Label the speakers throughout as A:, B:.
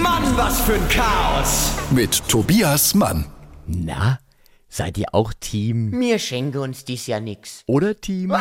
A: Mann, was für ein Chaos!
B: Mit Tobias Mann.
C: Na, seid ihr auch Team
D: Mir schenke uns dies Jahr nix.
C: oder Team?
D: Ah,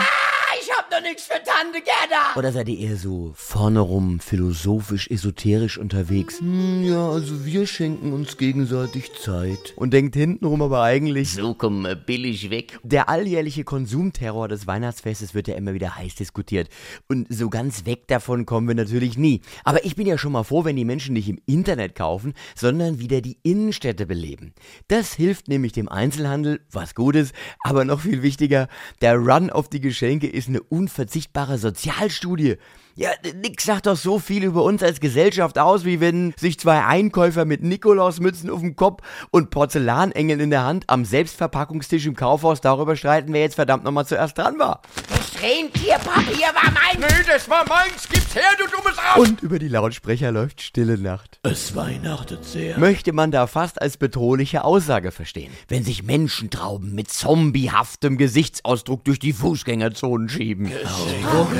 D: ich hab noch nix für Tante Gerda.
C: Oder seid ihr eher so vorne rum philosophisch, esoterisch unterwegs? Hm, ja, also wir schenken uns gegenseitig Zeit. Und denkt hintenrum aber eigentlich,
D: So kommen wir billig weg.
C: der alljährliche Konsumterror des Weihnachtsfestes wird ja immer wieder heiß diskutiert. Und so ganz weg davon kommen wir natürlich nie. Aber ich bin ja schon mal froh, wenn die Menschen nicht im Internet kaufen, sondern wieder die Innenstädte beleben. Das hilft nämlich dem Einzelhandel, was gut ist, aber noch viel wichtiger, der Run auf die Geschenke ist eine unverzichtbare Sozialstudie. Ja, nix sagt doch so viel über uns als Gesellschaft aus, wie wenn sich zwei Einkäufer mit Nikolausmützen auf dem Kopf und Porzellanengeln in der Hand am Selbstverpackungstisch im Kaufhaus darüber streiten, wer jetzt verdammt nochmal zuerst dran war.
D: Das Rentierpapier war mein.
A: Nee, das war meins! Gib's her, du dummes Arsch!
C: Und über die Lautsprecher läuft Stille Nacht.
A: Es weihnachtet sehr.
C: möchte man da fast als bedrohliche Aussage verstehen. Wenn sich Menschentrauben mit zombiehaftem Gesichtsausdruck durch die Fußgängerzonen schieben.
D: Ich kaufe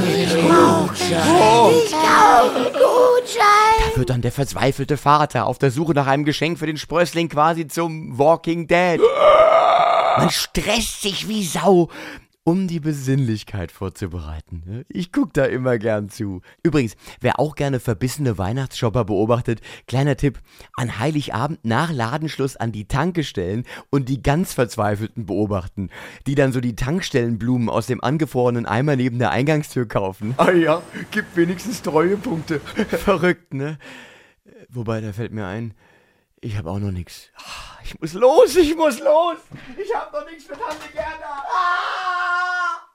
D: einen Gutschein.
C: Wird dann der verzweifelte Vater auf der Suche nach einem Geschenk für den Sprössling quasi zum Walking Dead. Man stresst sich wie Sau, um die Besinnlichkeit vorzubereiten. Ich guck da immer gern zu. Übrigens, wer auch gerne verbissene Weihnachtsshopper beobachtet, kleiner Tipp, an Heiligabend nach Ladenschluss an die Tanke stellen und die ganz Verzweifelten beobachten, die dann so die Tankstellenblumen aus dem angefrorenen Eimer neben der Eingangstür kaufen. Ah ja, gibt wenigstens Treuepunkte. Verrückt, ne? Wobei, da fällt mir ein, ich habe auch noch nichts. Ich muss los, ich muss los. Ich habe noch nichts für Tante Gerda. Ah!